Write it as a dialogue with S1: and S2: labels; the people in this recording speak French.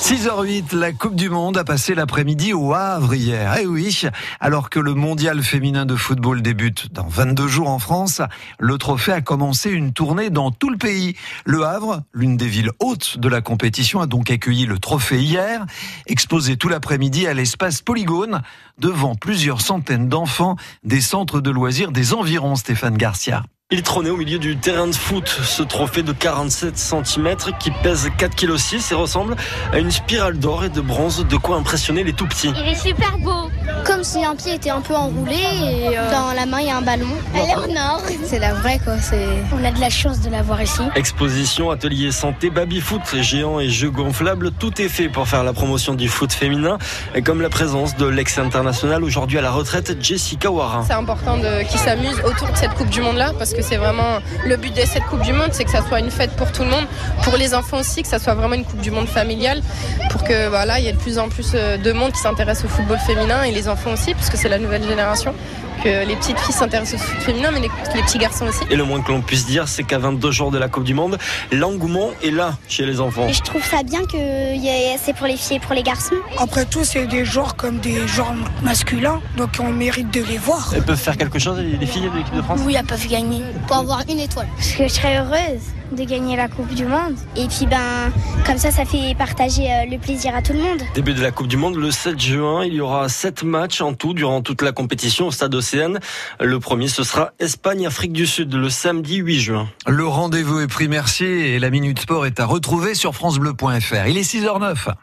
S1: 6h08, la Coupe du Monde a passé l'après-midi au Havre hier. Eh oui, alors que le mondial féminin de football débute dans 22 jours en France, le trophée a commencé une tournée dans tout le pays. Le Havre, l'une des villes hautes de la compétition, a donc accueilli le trophée hier, exposé tout l'après-midi à l'espace Polygone, devant plusieurs centaines d'enfants des centres de loisirs des environs, Stéphane Garcia.
S2: Il trônait au milieu du terrain de foot, ce trophée de 47 cm qui pèse 4,6 kg et ressemble à une spirale d'or et de bronze, de quoi impressionner les tout petits.
S3: Il est super beau.
S4: Comme si un pied était un peu enroulé et euh, dans la main il y a un ballon.
S3: Elle est en or.
S4: C'est la vraie quoi, c'est...
S5: On a de la chance de l'avoir ici.
S2: Exposition, atelier santé, baby-foot, géants et jeux gonflables, tout est fait pour faire la promotion du foot féminin, et comme la présence de l'ex-internationale aujourd'hui à la retraite Jessica Warin.
S6: C'est important qu'ils s'amusent autour de cette Coupe du Monde-là parce que c'est vraiment le but de cette Coupe du Monde, c'est que ça soit une fête pour tout le monde, pour les enfants aussi, que ça soit vraiment une Coupe du Monde familiale, pour que voilà, il y ait de plus en plus euh, de monde qui s'intéresse au football féminin et les enfants aussi, puisque c'est la nouvelle génération. Que les petites filles s'intéressent au foot féminin, mais les, les, petits garçons aussi.
S2: Et le moins que l'on puisse dire, c'est qu'à 22 jours de la Coupe du Monde, l'engouement est là chez les enfants.
S7: Et je trouve ça bien que c'est pour les filles et pour les garçons.
S8: Après tout, c'est des genres comme des genres masculins, donc on mérite de les voir.
S2: Elles peuvent faire quelque chose, les filles de l'équipe de France
S4: Oui, elles peuvent gagner
S3: pour avoir une étoile.
S7: Parce que je serais heureuse de gagner la Coupe du Monde. Et puis, ben, comme ça, ça fait partager euh, le plaisir à tout le monde.
S2: Début de la Coupe du Monde le 7 juin. Il y aura 7 matchs en tout durant toute la compétition au stade Océane. Le premier, ce sera Espagne-Afrique du Sud le samedi 8 juin.
S1: Le rendez-vous est pris, merci. Et la Minute Sport est à retrouver sur FranceBleu.fr. Il est 6h09.